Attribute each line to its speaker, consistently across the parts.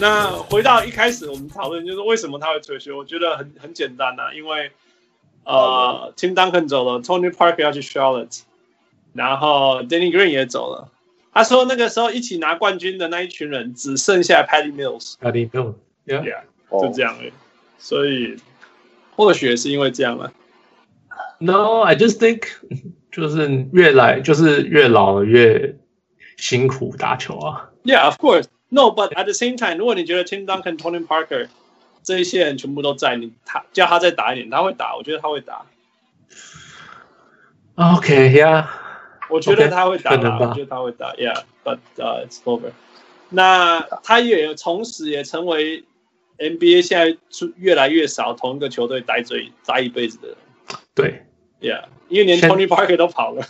Speaker 1: 那回到一开始我们讨论，就是为什么他会退休？我觉得很很简单呐、啊因为呃，Tim Duncan 走了，Tony Parker 要去 Charlotte，然后 Danny Green 也走了。他说那个时候一起拿冠军的那一群人只剩下 Patty Mills，
Speaker 2: How do you know? Yeah.
Speaker 1: Yeah. 就
Speaker 3: 哦
Speaker 1: 这样而已。所以或许也是因为这样啊了。
Speaker 2: No, I just think 就是越来就是越老越辛苦打球啊。
Speaker 1: Yeah, of course. No, but at the same time，如果你觉得 Tim Duncan、Tony Parker 这一些人全部都在，你他叫他再打一点，他会打，我觉得他会打，
Speaker 2: OK, yeah.
Speaker 1: 我觉得他会打
Speaker 2: OK，可能吧
Speaker 1: 我觉得他会打。Yeah, but、uh, it's over. 那他也同时也成为 NBA 现在出越来越少同一个球队待最待一辈子的人。
Speaker 2: 对，
Speaker 1: Yeah，因为连
Speaker 2: 现
Speaker 1: Tony Parker 都跑了。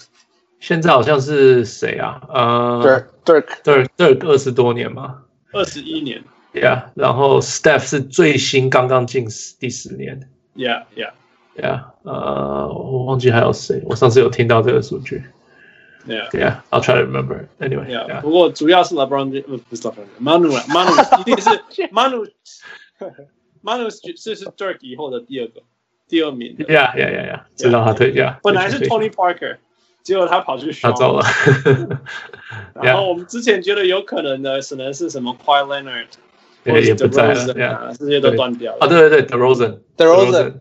Speaker 2: 现在好像是谁啊？
Speaker 3: 对
Speaker 2: 呃，
Speaker 3: 对，Dirk，
Speaker 2: 对对，二十多年嘛。
Speaker 1: 二十一年
Speaker 2: Yeah，然后 Steph 是最新刚刚进十第十年。
Speaker 1: ，Yeah Yeah
Speaker 2: Yeah，呃，我忘记还有谁，我上次有听到这个数据。
Speaker 1: Yeah
Speaker 2: Yeah，I'll try to remember. Anyway，
Speaker 1: Yeah，
Speaker 2: yeah.
Speaker 1: 不过主要是 LeBron James- 不不是 LeBron，Manu 啊，Manu 一定 是 Manu Manu 是是是 Dirk 以后的第二个第二名的，
Speaker 2: Yeah, yeah, yeah, yeah. 知道他退，Yeah，
Speaker 1: 本来是
Speaker 2: 退休
Speaker 1: Tony Parker，结果他跑去
Speaker 2: 他
Speaker 1: Sean
Speaker 2: 走了。
Speaker 1: 然后我们之前觉得有可能的，可能是什么 Kawhi Leonard 或者
Speaker 2: 也也
Speaker 1: 是
Speaker 2: 不在了
Speaker 1: DeRozan
Speaker 2: ，Yeah。
Speaker 1: 啊，这些都断掉
Speaker 2: 啊，
Speaker 1: 了，
Speaker 2: 对对对，DeRozan。
Speaker 3: DeRozan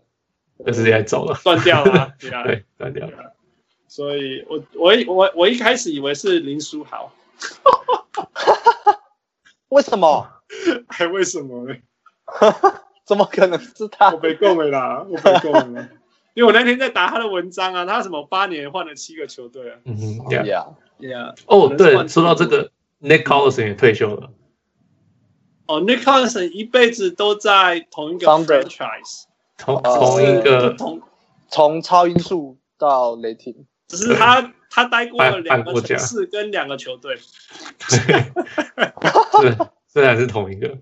Speaker 2: 就直接走了。
Speaker 1: 断掉 了啊，对啊，
Speaker 2: 对，断掉了。
Speaker 1: 所以我我一我我一开始以为是林书豪，
Speaker 3: 为什么？
Speaker 1: 还为什么呢？
Speaker 3: 怎么可能是他
Speaker 1: 我？被供了 啦，我被供了。因为我那天在打他的文章啊，他什么八年换了七个球队啊
Speaker 2: 嗯哼，Yeah。
Speaker 3: 哦呀，
Speaker 1: ，Yeah，
Speaker 2: 哦
Speaker 1: 可，能是换
Speaker 2: 对，说到这个，Nick Collison 也退休了。
Speaker 1: 哦，Nick Collison 一辈子都在同一个
Speaker 3: Thunder
Speaker 1: franchise，
Speaker 2: 同
Speaker 3: 哦
Speaker 2: 同一
Speaker 1: 不
Speaker 2: 个
Speaker 1: 同，
Speaker 3: 从超音速到雷霆，
Speaker 1: 只是他他待过了
Speaker 2: 半
Speaker 1: 两
Speaker 2: 半
Speaker 1: 个
Speaker 2: 国家
Speaker 1: 城市跟两个球队。
Speaker 2: 对，虽然虽然是同一个，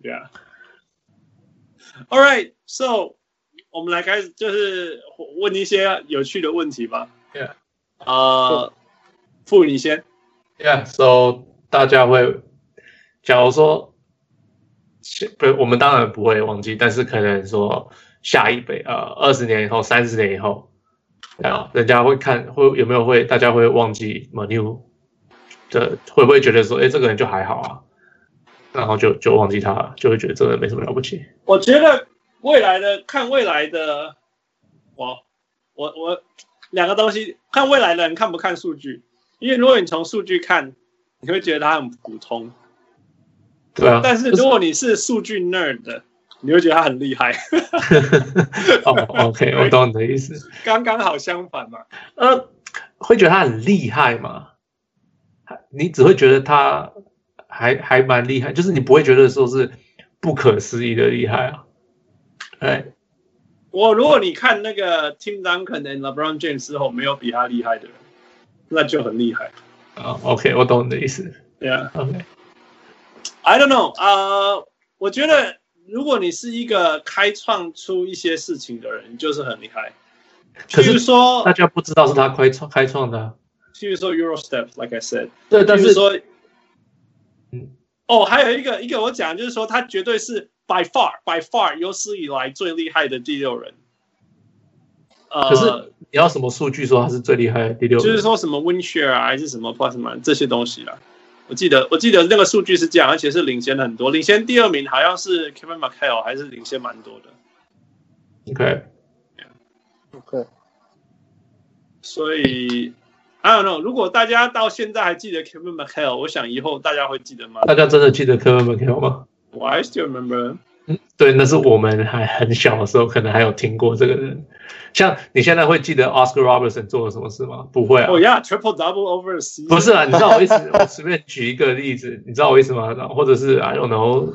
Speaker 1: Yeah. All right, so 我们来开始，就是问一些有趣的问题吧。
Speaker 2: Yeah.
Speaker 1: 呃，傅你先。
Speaker 2: Yeah，so 大家会，假如说，下不，我们当然不会忘记，但是可能说下一辈，呃，二十年以后、三十年以后，啊，人家会看，会有没有会，大家会忘记 Manu 的，会不会觉得说，哎，这个人就还好啊，然后就就忘记他了，就会觉得这个人没什么了不起。
Speaker 1: 我觉得未来的看未来的，我我我两个东西，看未来的人看不看数据，因为如果你从数据看，你会觉得他很普通；
Speaker 2: 对啊，
Speaker 1: 但是
Speaker 2: 就
Speaker 1: 如果你是数据 nerd 的，你会觉得他很厉害，
Speaker 2: 哦，OK，我懂你的意思。
Speaker 1: 刚刚好相反嘛。
Speaker 2: 呃，会觉得他很厉害吗？还你只会觉得他还还蛮厉害，就是你不会觉得说是不可思议的厉害啊。哎，
Speaker 1: 我如果你看那个 Tim Duncan 跟 LeBron James 之后，没有比他厉害的人，那就很厉害。
Speaker 2: 啊，OK，我懂你的意思。
Speaker 1: 对啊。
Speaker 2: OK，
Speaker 1: I don't know，呃，我觉得如果你是一个开创出一些事情的人，你就是很厉害。
Speaker 2: 可
Speaker 1: 譬
Speaker 2: 是
Speaker 1: 如说
Speaker 2: 大，家不知道是他开创开创的啊、
Speaker 1: 譬如说 Eurostep，like I said，
Speaker 2: 对，但
Speaker 1: 譬如
Speaker 2: 是
Speaker 1: 说
Speaker 2: 嗯，
Speaker 1: 哦，还有一个一个我讲就是说，他绝对是 by far by far 有史以来最厉害的第六人。呃，
Speaker 2: 可是你要什么数据说他是最厉害的第六人？
Speaker 1: 就是说什么 win share 啊，还是什么 plus man 这些东西啦。我记得我记得那个数据是这样，而且是领先很多，领先第二名好像是 Kevin McHale，还是领先蛮多的。
Speaker 2: OK，
Speaker 3: OK，
Speaker 1: 所以 I don't know，如果大家到现在还记得 Kevin McHale，我想以后大家会记得吗
Speaker 2: 大家真的记得 Kevin McHale 吗？
Speaker 1: 我 I still remember。
Speaker 2: 对，那是我们还很小的时候，可能还有听过这个人。像你现在会记得 Oscar Robertson 做了什么事吗？不会啊
Speaker 1: 哦、，呀 t r i p l e double over a season。
Speaker 2: 不是啊，你知道我意思？我随便举一个例子，你知道我意思吗？或者是 I don't know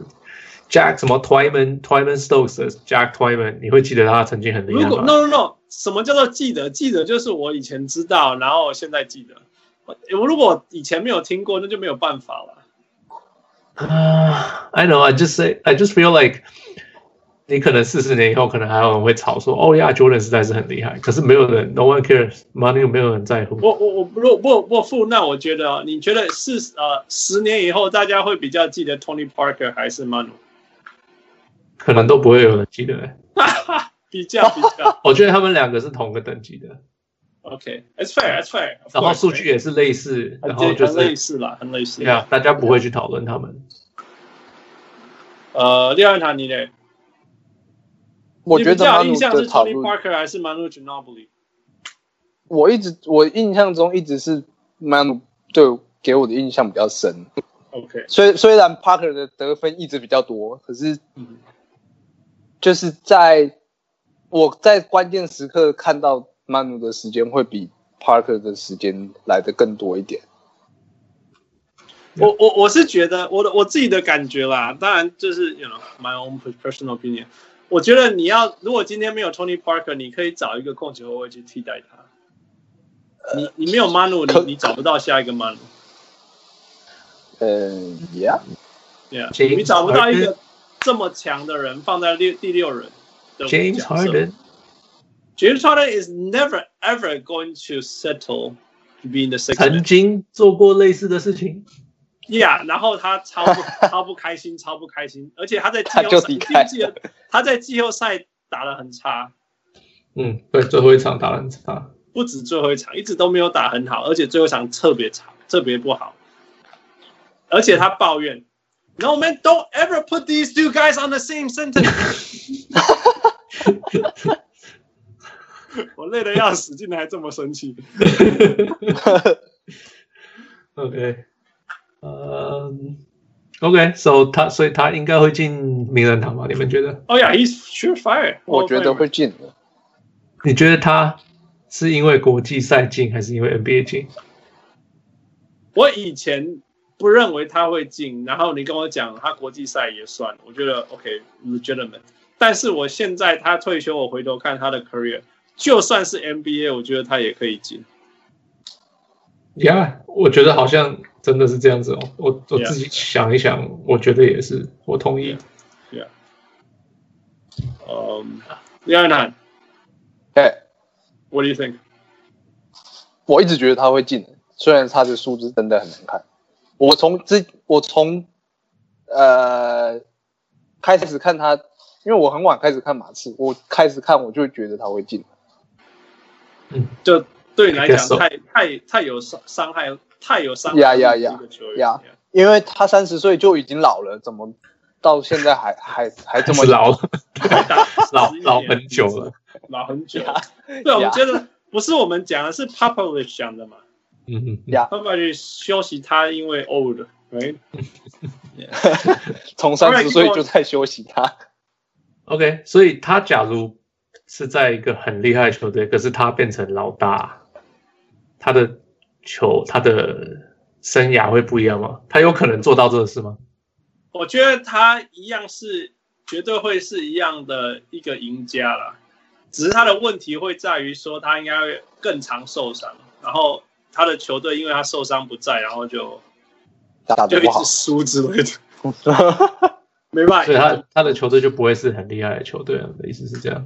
Speaker 2: Jack 什么 Twyman Twyman Stokes 的 Jack Twyman，你会记得他曾经很厉害
Speaker 1: 如果
Speaker 2: 吗？
Speaker 1: no no no，什么叫做记得？记得就是我以前知道，然后我现在记得。我我如果以前没有听过，那就没有办法了。
Speaker 2: Uh，啊、i know I just say I just feel like 你可能四十年以后，可能还有人会吵说，哦呀，Jordan 实在是很厉害，可是没有人，No one cares，money 没有人在乎。
Speaker 1: 我我我不如不不付，那我觉得啊你觉得是呃十年以后大家会比较记得 Tony Parker 还是 Manu？
Speaker 2: 可能都不会有人记得、欸。
Speaker 1: 比较比 较
Speaker 2: 我觉得他们两个是同个等级的，
Speaker 1: ，OK，it's fair，it's fair。
Speaker 2: 然后数据也是类似，
Speaker 1: 很
Speaker 2: 然后就
Speaker 1: 很类
Speaker 2: 是
Speaker 1: 似啦，很类似。
Speaker 2: 对啊，大家不会去讨论他们。
Speaker 1: 呃，廖安堂你嘞？
Speaker 3: 我觉
Speaker 1: 你比
Speaker 3: 得
Speaker 1: 较
Speaker 3: 马
Speaker 1: 有
Speaker 3: 努
Speaker 1: 印象
Speaker 3: 的
Speaker 1: 是
Speaker 3: 讨
Speaker 1: Tony
Speaker 3: 论，
Speaker 1: Parker 还是 Manu Ginobili？
Speaker 3: 我一直我印象中一直是马努对我给我的印象比较深。
Speaker 1: OK，
Speaker 3: 虽虽然 Parker 的得分一直比较多，可是
Speaker 1: 嗯
Speaker 3: 就是在我在关键时刻看到曼努的时间会比 Parker 的时间来的更多一点。
Speaker 1: 我我我是觉得我的我自己的感觉啦，当然就是 you know my own personal opinion。我觉得你要如果今天没有 Tony Parker，你可以找一个控球后卫去替代他。你
Speaker 2: 呃
Speaker 1: 你没有 Manu，
Speaker 3: 可
Speaker 1: 你你找不到下一个 Manu。
Speaker 3: 嗯，Yeah，
Speaker 1: Yeah，
Speaker 2: James
Speaker 1: 你找不到一
Speaker 2: Harden
Speaker 1: 个这么强的人放在六第六人的
Speaker 2: James
Speaker 1: 角色
Speaker 2: Harden
Speaker 1: James Harden is never ever going to settle to be in the sixth
Speaker 2: 曾
Speaker 1: man.
Speaker 2: 经做过类似的事情，
Speaker 1: Yeah，然后他超不超不开心，超不开心，而且他在季
Speaker 3: 他
Speaker 1: 后
Speaker 3: 就
Speaker 1: 赛，
Speaker 3: 离
Speaker 1: 你记
Speaker 3: 开
Speaker 1: 不记得他在季后赛打得很差，
Speaker 2: 嗯，对，最后一场打得啊很差，
Speaker 1: 不止最后一场，一直都没有打很好，而且最后一场特别差，特别不好，而且他抱怨，No man, don't ever put these two guys on the same sentence 。我累得要死，竟然还这么生气。
Speaker 2: OK，嗯、o k s o 他所以他应该会进名人堂吧？你们觉得？
Speaker 1: Oh yeah, he's sure fire。
Speaker 3: 我觉得会进的。
Speaker 2: 你觉得他是因为国际赛进，还是因为 NBA 进？
Speaker 1: 我以前不认为他会进，然后你跟我讲他国际赛也算，我觉得 OK legitimate。但是我现在他退休，我回头看他的 career，就算是 NBA，我觉得他也可以进。
Speaker 2: 呀、yeah,，我觉得好像真的是这样子哦。我我
Speaker 1: Yeah.
Speaker 2: 自己想一想，我觉得也是，我同意。
Speaker 1: 嗯，李安南
Speaker 3: 哎，
Speaker 1: ，What do you think？
Speaker 3: 我一直觉得他会进的，虽然他的数字真的很难看。我从之我从呃开始看他，因为我很晚开始看马刺，我开始看我就觉得他会进。
Speaker 1: 就对你来
Speaker 2: I guess
Speaker 1: 讲，
Speaker 2: so.
Speaker 1: 太太太有伤伤害，太有伤害力
Speaker 3: Yeah, yeah,
Speaker 1: 的一个球员。
Speaker 3: yeah. 因为他三十岁就已经老了，怎么到现在还还还这么
Speaker 2: 是老老
Speaker 1: 11
Speaker 2: 老
Speaker 1: 年
Speaker 2: 很久了，
Speaker 1: 老很久。
Speaker 3: 对
Speaker 1: 对，我觉得不是我们讲的，是 Popovich 讲的嘛。
Speaker 2: 嗯嗯嗯
Speaker 3: 呀
Speaker 1: Popovich 休息他因为 old，right？
Speaker 3: 从三十岁就在休息他。
Speaker 2: OK，所以他假如是在一个很厉害的球队，可是他变成老大，他的球他的生涯会不一样吗？他有可能做到这个事吗？
Speaker 1: 我觉得他一样是绝对会是一样的一个赢家啦，只是他的问题会在于说他应该会更常受伤，然后他的球队因为他受伤不在，然后就
Speaker 3: 打
Speaker 1: 就
Speaker 3: 得
Speaker 1: 一
Speaker 3: 不好
Speaker 1: 直，输之类的，没办
Speaker 2: 所以
Speaker 1: 法
Speaker 2: 他。他的球队就不会是很厉害的球队了，你的意思是这样。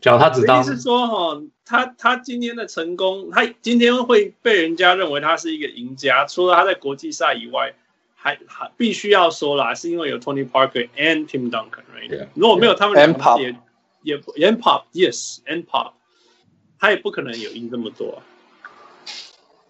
Speaker 2: 假如他只
Speaker 1: 我的意
Speaker 2: 当
Speaker 1: 思是说，哈，他他今天的成功，他今天会被人家认为他是一个赢家，除了他在国际赛以外，还还必须要说啦，是因为有 Tony Parker and Tim Duncan，right？、
Speaker 2: Yeah.
Speaker 1: 如果没有他们两
Speaker 3: And Pop
Speaker 1: 个，也也不 and Pop，yes，and Pop，他也不可能有赢这么多啊、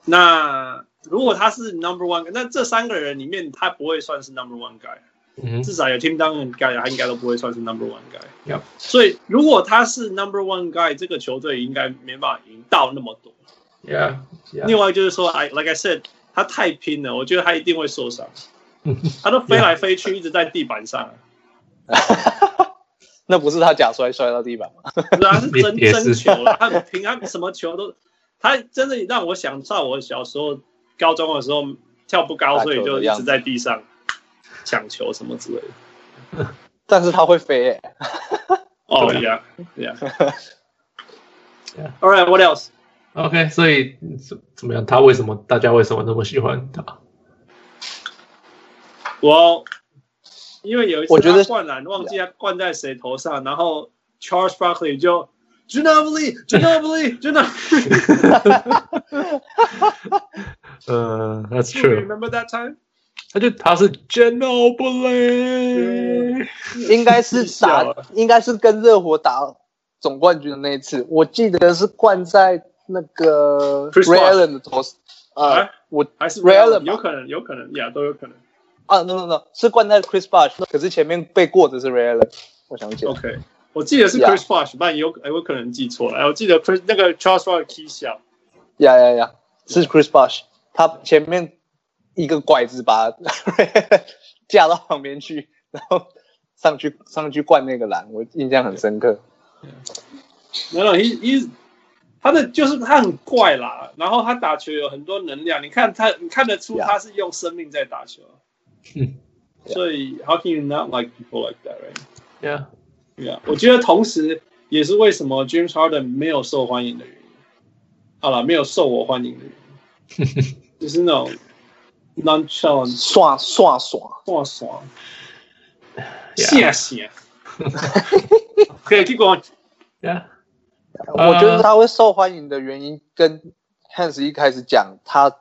Speaker 1: 那如果他是 number one，那这三个人里面，他不会算是 number one guy。
Speaker 2: 嗯
Speaker 1: 至少有 Tim Duncan guy，他应该都不会算是 number one guy。
Speaker 2: Yep.
Speaker 1: 所以如果他是 number one guy，这个球队应该没办法赢到那么多。
Speaker 2: ，Yeah，
Speaker 1: 另外就是说，I like I said，他太拼了，我觉得他一定会受伤。
Speaker 2: 嗯
Speaker 1: 他都飞来飞去，一直在地板上。 啊
Speaker 3: 那不是他假摔摔到地板吗？
Speaker 1: 不是，他是真
Speaker 2: 也
Speaker 1: 真
Speaker 2: 是
Speaker 1: 球了，他很拼，他什么球都，他真的让我想到我小时候高中的时候跳不高，
Speaker 3: 打球
Speaker 1: 所以就
Speaker 3: 的
Speaker 1: 一
Speaker 3: 样
Speaker 1: 直
Speaker 3: 子
Speaker 1: 在地上抢球什么之类的。
Speaker 3: 但是他会飞、欸，
Speaker 1: 哦、
Speaker 2: 对啊
Speaker 1: yeah, yeah. All right, what else?
Speaker 2: OK，所以怎怎么样？他为什么大家为什么那么喜欢他？
Speaker 1: Well, 因为有一
Speaker 3: 我
Speaker 1: 次
Speaker 3: 觉得
Speaker 1: 他灌篮忘记他灌在谁头上，然后 Charles Barkley 就 Ginobili Ginobili Ginobili
Speaker 2: 嗯、t h a t s true。
Speaker 1: remember that time？
Speaker 2: 他就他是 Ginobili，
Speaker 3: 应该是
Speaker 1: 气 笑
Speaker 3: 打
Speaker 1: 了，
Speaker 3: 应该是跟热火打总冠军的那一次，我记得是灌在那个
Speaker 1: Chris
Speaker 3: Ray
Speaker 1: Bosh
Speaker 3: Allen 的头上，呃
Speaker 1: 啊，
Speaker 3: 我
Speaker 1: 还是
Speaker 3: Ray Allen 吧
Speaker 1: 有可能，有可能，呀，都有可能。
Speaker 3: 啊，no no no，是灌在 Chris Bosh，可是前面被过的是 Ray Allen，我想起来，
Speaker 1: OK，我记得是
Speaker 3: Yeah
Speaker 1: Chris Bosh，但也有哎我可能记错了。哎，我记得 Chris 那个 Charles Bosh 踢小，
Speaker 3: 呀呀呀，是 Chris Bosh，他前面一个拐子把 Ray Allen 架到旁边去，然后上去上去灌那个篮，我印象很深刻。
Speaker 1: 没有，he he，他的就是他很怪啦，然后他打球有很多能量，你看他，你看得出
Speaker 3: Yeah.
Speaker 1: 他是用生命在打 球。
Speaker 2: 嗯
Speaker 1: 所以 how can you not like people like that, right?
Speaker 2: yeah，
Speaker 1: Yeah，我啊觉得同时也是为什么 James Harden 没有受欢迎的原因。好了，没有受我欢迎的原 因，就是那种 nonchalant
Speaker 3: 刷刷刷，
Speaker 1: 不爽，谢
Speaker 2: Yeah
Speaker 1: 谢。可以 keep going。
Speaker 2: yeah，
Speaker 3: 我觉得
Speaker 2: 呃
Speaker 3: 他会受欢迎的原因，跟 Hans 一开始讲，他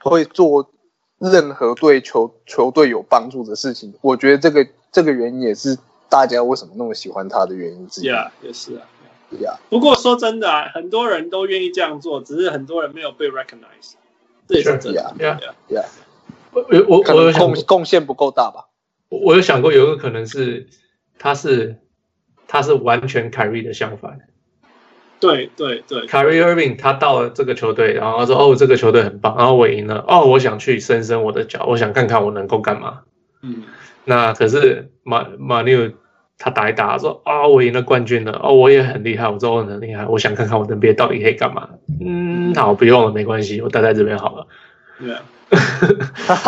Speaker 3: 会做任何对球球队有帮助的事情。我觉得这个这个原因也是大家为什么那么喜欢他的原因之一。
Speaker 1: Yeah，也是啊。
Speaker 3: Yeah，
Speaker 1: 不过说真的啊，很多人都愿意这样做，只是很多人没有被 recognize，这也是真的。
Speaker 2: Yeah
Speaker 1: Yeah.
Speaker 3: yeah，
Speaker 2: 我我
Speaker 3: 可
Speaker 2: 我有
Speaker 3: 能
Speaker 2: 想
Speaker 3: 贡
Speaker 2: 过
Speaker 3: 贡献不够大吧。
Speaker 2: 我有想过有一个可能是他是他是完全凯瑞的相反，
Speaker 1: 对对对，
Speaker 2: 凯瑞 Irving 他到了这个球队，然后他说哦这个球队很棒，然后我赢了，哦我想去伸伸我的脚，我想看看我能够干嘛。
Speaker 1: 嗯，
Speaker 2: 那可是马马纽他打一打说啊、我赢了冠军了，哦我也很厉害，我知道我很厉害，我想看看我能 NBA 到底可以干嘛。嗯，好不用了，没关系，我待在这边好了。
Speaker 1: 对啊。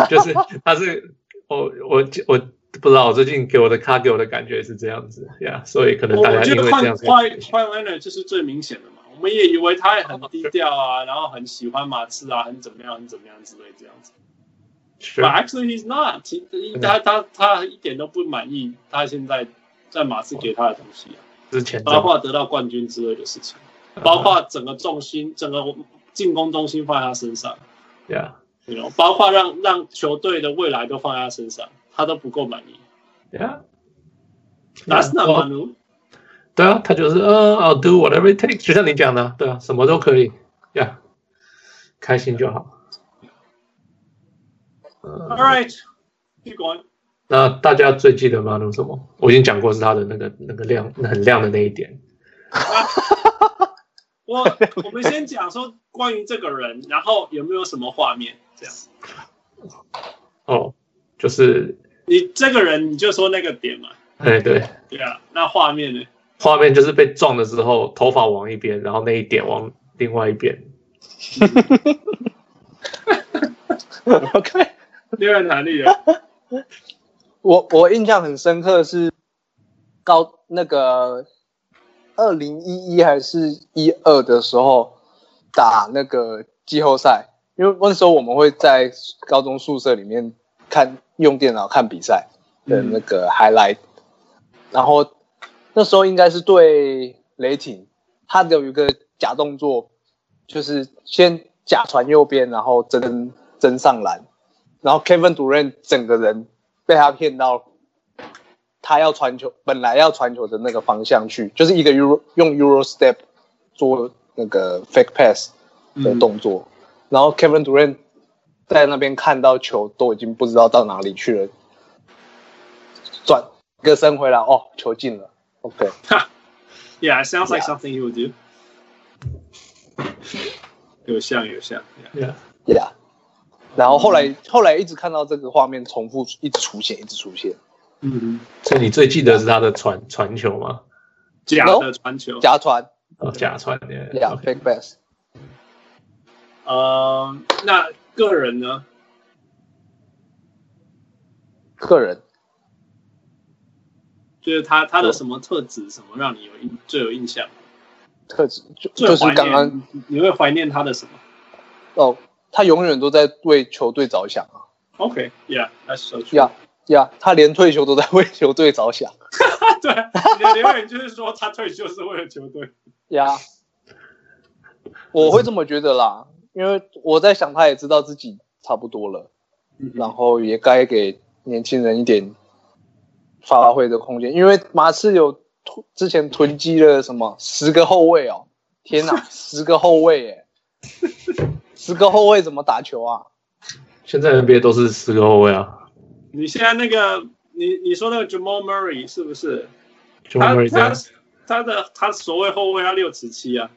Speaker 2: 就是他是我我我不知道，我最近给我的咖给我的感觉是这样子呀所以可能
Speaker 1: 我
Speaker 2: 大家
Speaker 1: 我觉
Speaker 2: 因
Speaker 1: 得
Speaker 2: 为这
Speaker 1: 换
Speaker 2: 样子，
Speaker 1: 换换 l e n a r 就是最明显的嘛。我们也以为他也很低调啊，然后很喜欢马刺啊，很怎么样，很怎么样之类这样子。
Speaker 2: 是
Speaker 1: But actually he's not，其实
Speaker 2: 嗯
Speaker 1: 他他他一点都不满意他现在在马刺给他的东西啊。
Speaker 2: 之前
Speaker 1: 包括得到冠军之类的事情，包括整个重心、整个进攻中心放在他身上，
Speaker 2: 呀
Speaker 1: 你 you know，包括让让球队的未来都放在他身上，他都不够满
Speaker 2: 嗯
Speaker 1: 意。
Speaker 2: 呀
Speaker 1: That's not
Speaker 2: 哦
Speaker 1: Manu，
Speaker 2: 对啊，他就是呃、i l l do whatever it takes，就像你讲的，对啊，什么都可以呀开心就好。
Speaker 1: All
Speaker 2: 呃，
Speaker 1: right，keep going。
Speaker 2: 那大家最记得马努什么？我已经讲过是他的那个那个亮很亮的那一点。
Speaker 1: 我我们先讲说关于这个人，然后有没有什么画面？这样，
Speaker 2: 哦，就是
Speaker 1: 你这个人你就说那个点嘛，
Speaker 2: 哎对，
Speaker 1: 对啊，那画面呢？
Speaker 2: 画面就是被撞的时候，头发往一边，然后那一点往另外一边。
Speaker 3: OK，
Speaker 1: 六人谈 力的，
Speaker 3: 我我印象很深刻是高那个二零一一还是一二的时候打那个季后赛，因为那时候我们会在高中宿舍里面看用电脑看比赛的那个 highlight，、然后那时候应该是对雷霆，他有一个假动作，就是先假传右边，然后真真上篮，然后 Kevin Durant 整个人被他骗到，他要传球，本来要传球的那个方向去，就是一个 Euro 用 Euro step 做那个 fake pass
Speaker 1: 嗯
Speaker 3: 的动作，然后 Kevin Durant 在那边看到球都已经不知道到哪里去了，转一个身回来，哦，球进了，OK，
Speaker 1: ，Yeah，sounds like something he would do。有像有像，yeah。
Speaker 2: Yeah.
Speaker 3: Yeah，然后后来、
Speaker 1: 嗯
Speaker 3: 后来一直看到这个画面重复，一直出现，一直出现
Speaker 1: 嗯，
Speaker 2: 所以你最记得是他的传传球吗？
Speaker 1: 假的传球，
Speaker 3: 假传
Speaker 2: 哦，假传的。
Speaker 3: ，Yeah
Speaker 2: OK
Speaker 3: fake pass，
Speaker 1: 呃，那个人呢？
Speaker 3: 个人
Speaker 1: 就是他他的什么特质，什么让你有印最有印象？
Speaker 3: 特质就
Speaker 1: 最
Speaker 3: 就是
Speaker 1: 怀念
Speaker 3: 刚刚
Speaker 1: 你你会怀念他的什么
Speaker 3: 哦，他永远都在为球队着想啊
Speaker 1: ？OK，yeah，that's so true。
Speaker 3: ，Yeah，啊呀他连退休都在为球队着想
Speaker 1: 对，你的留言就是说他退休是为了球队。
Speaker 3: 呀我会这么觉得啦，因为我在想，他也知道自己差不多了，然后也该给年轻人一点发挥的空间，因为马刺有突之前囤积了什么十个后卫哦，天哪，十个后卫耶，十个后卫怎么打球啊？
Speaker 2: 现在 NBA 都是四个后卫啊，
Speaker 1: 你现在那个，你你说那个 Jamal Murray 是不是？
Speaker 2: 九
Speaker 1: 他
Speaker 2: Murray 这样
Speaker 1: 他他的他所谓后卫要六尺七啊。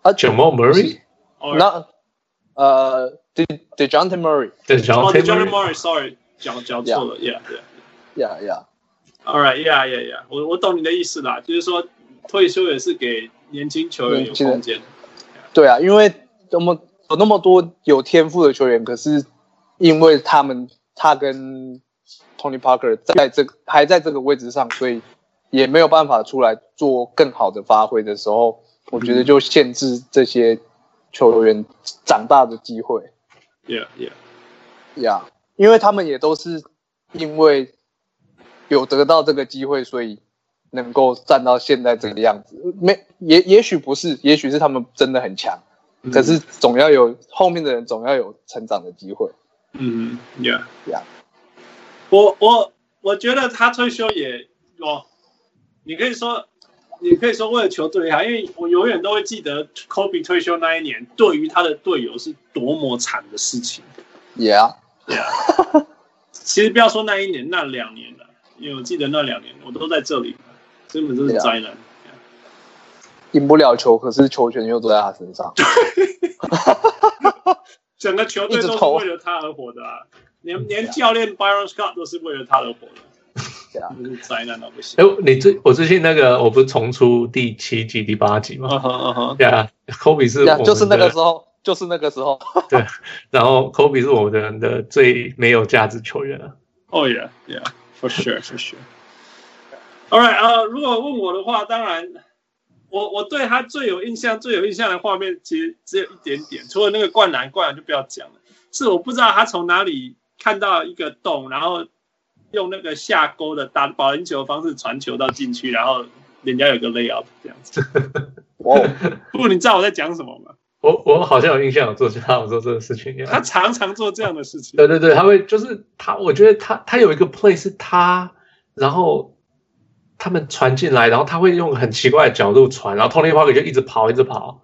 Speaker 3: 啊，
Speaker 2: 九 Murray，
Speaker 1: 哦，
Speaker 3: 那呃，De Dejounte Murray，
Speaker 2: 对，然后
Speaker 1: 哦
Speaker 2: t
Speaker 1: ，The j
Speaker 2: a
Speaker 1: o h n
Speaker 2: Murray，
Speaker 1: Murray，sorry，讲讲错了，yeah，yeah。
Speaker 3: 呀呀
Speaker 1: All right, yeah, yeah, yeah 我。我懂你的意思啦，就是说退休也是给年轻球员有空
Speaker 3: 年
Speaker 1: 间。
Speaker 3: 对啊，因为我们有那么多有天赋的球员，可是因为他们他跟 Tony Parker 在这个还在这个位置上，所以也没有办法出来做更好的发挥的时候，我觉得就限制这些球员长大的机会
Speaker 1: Yeah, yeah.
Speaker 3: 呀因为他们也都是因为有得到这个机会，所以能够站到现在这个样子。没也也许不是，也许是他们真的很强。
Speaker 1: 嗯
Speaker 3: 可是总要有后面的人总要有成长的机会。
Speaker 1: 嗯，Yeah,
Speaker 3: Yeah
Speaker 1: 我我我觉得他退休也哦，你可以说，你可以说为了球队哈，因为我永远都会记得 Kobe 退休那一年，对于他的队友是多么惨的事情。
Speaker 3: Yeah，
Speaker 1: 其实不要说那一年，那两年了，因为我记得那两年我都在这里，根本就是
Speaker 3: Yeah
Speaker 1: 灾难。
Speaker 3: 赢不了球，可是球权又都在他身上。
Speaker 1: 整个球队都是为了他而活的啊， 连连教练 Byron Scott 都是为了他而活的，
Speaker 3: 对啊，
Speaker 1: 就是灾难到不行
Speaker 2: 哎。，你最我最近那个我不是重出第七集、第八集吗？
Speaker 1: 嗯哼嗯 哼，
Speaker 2: 对啊，Kobe 是我
Speaker 3: Uh-huh Yeah，
Speaker 2: 们
Speaker 3: 就是那个
Speaker 2: 的
Speaker 3: 时候，就是那个时候。
Speaker 2: 然后 Kobe 是我们的的最没有价值球员啊。
Speaker 1: 哦 yeah yeah for sure for sure。All right 呃，如果问我的话，当然，我我对他最有印象、最有印象的画面，其实只有一点点，除了那个灌篮，灌篮就不要讲了。是我不知道他从哪里看到一个洞，然后用那个下勾的打保龄球的方式传球到禁区，然后人家有个 layup 这样子。
Speaker 3: 哇哦，
Speaker 1: 不，你知道我在讲什么吗？
Speaker 2: 我我好像有印象有做他有做这个事情。
Speaker 1: 他常常做这样的事情。
Speaker 2: 对对对，他会就是他，我觉得他他有一个 play 是他，然后他们传进来，然后他会用很奇怪的角度传，然后 Tony Parker 就一直跑一直跑，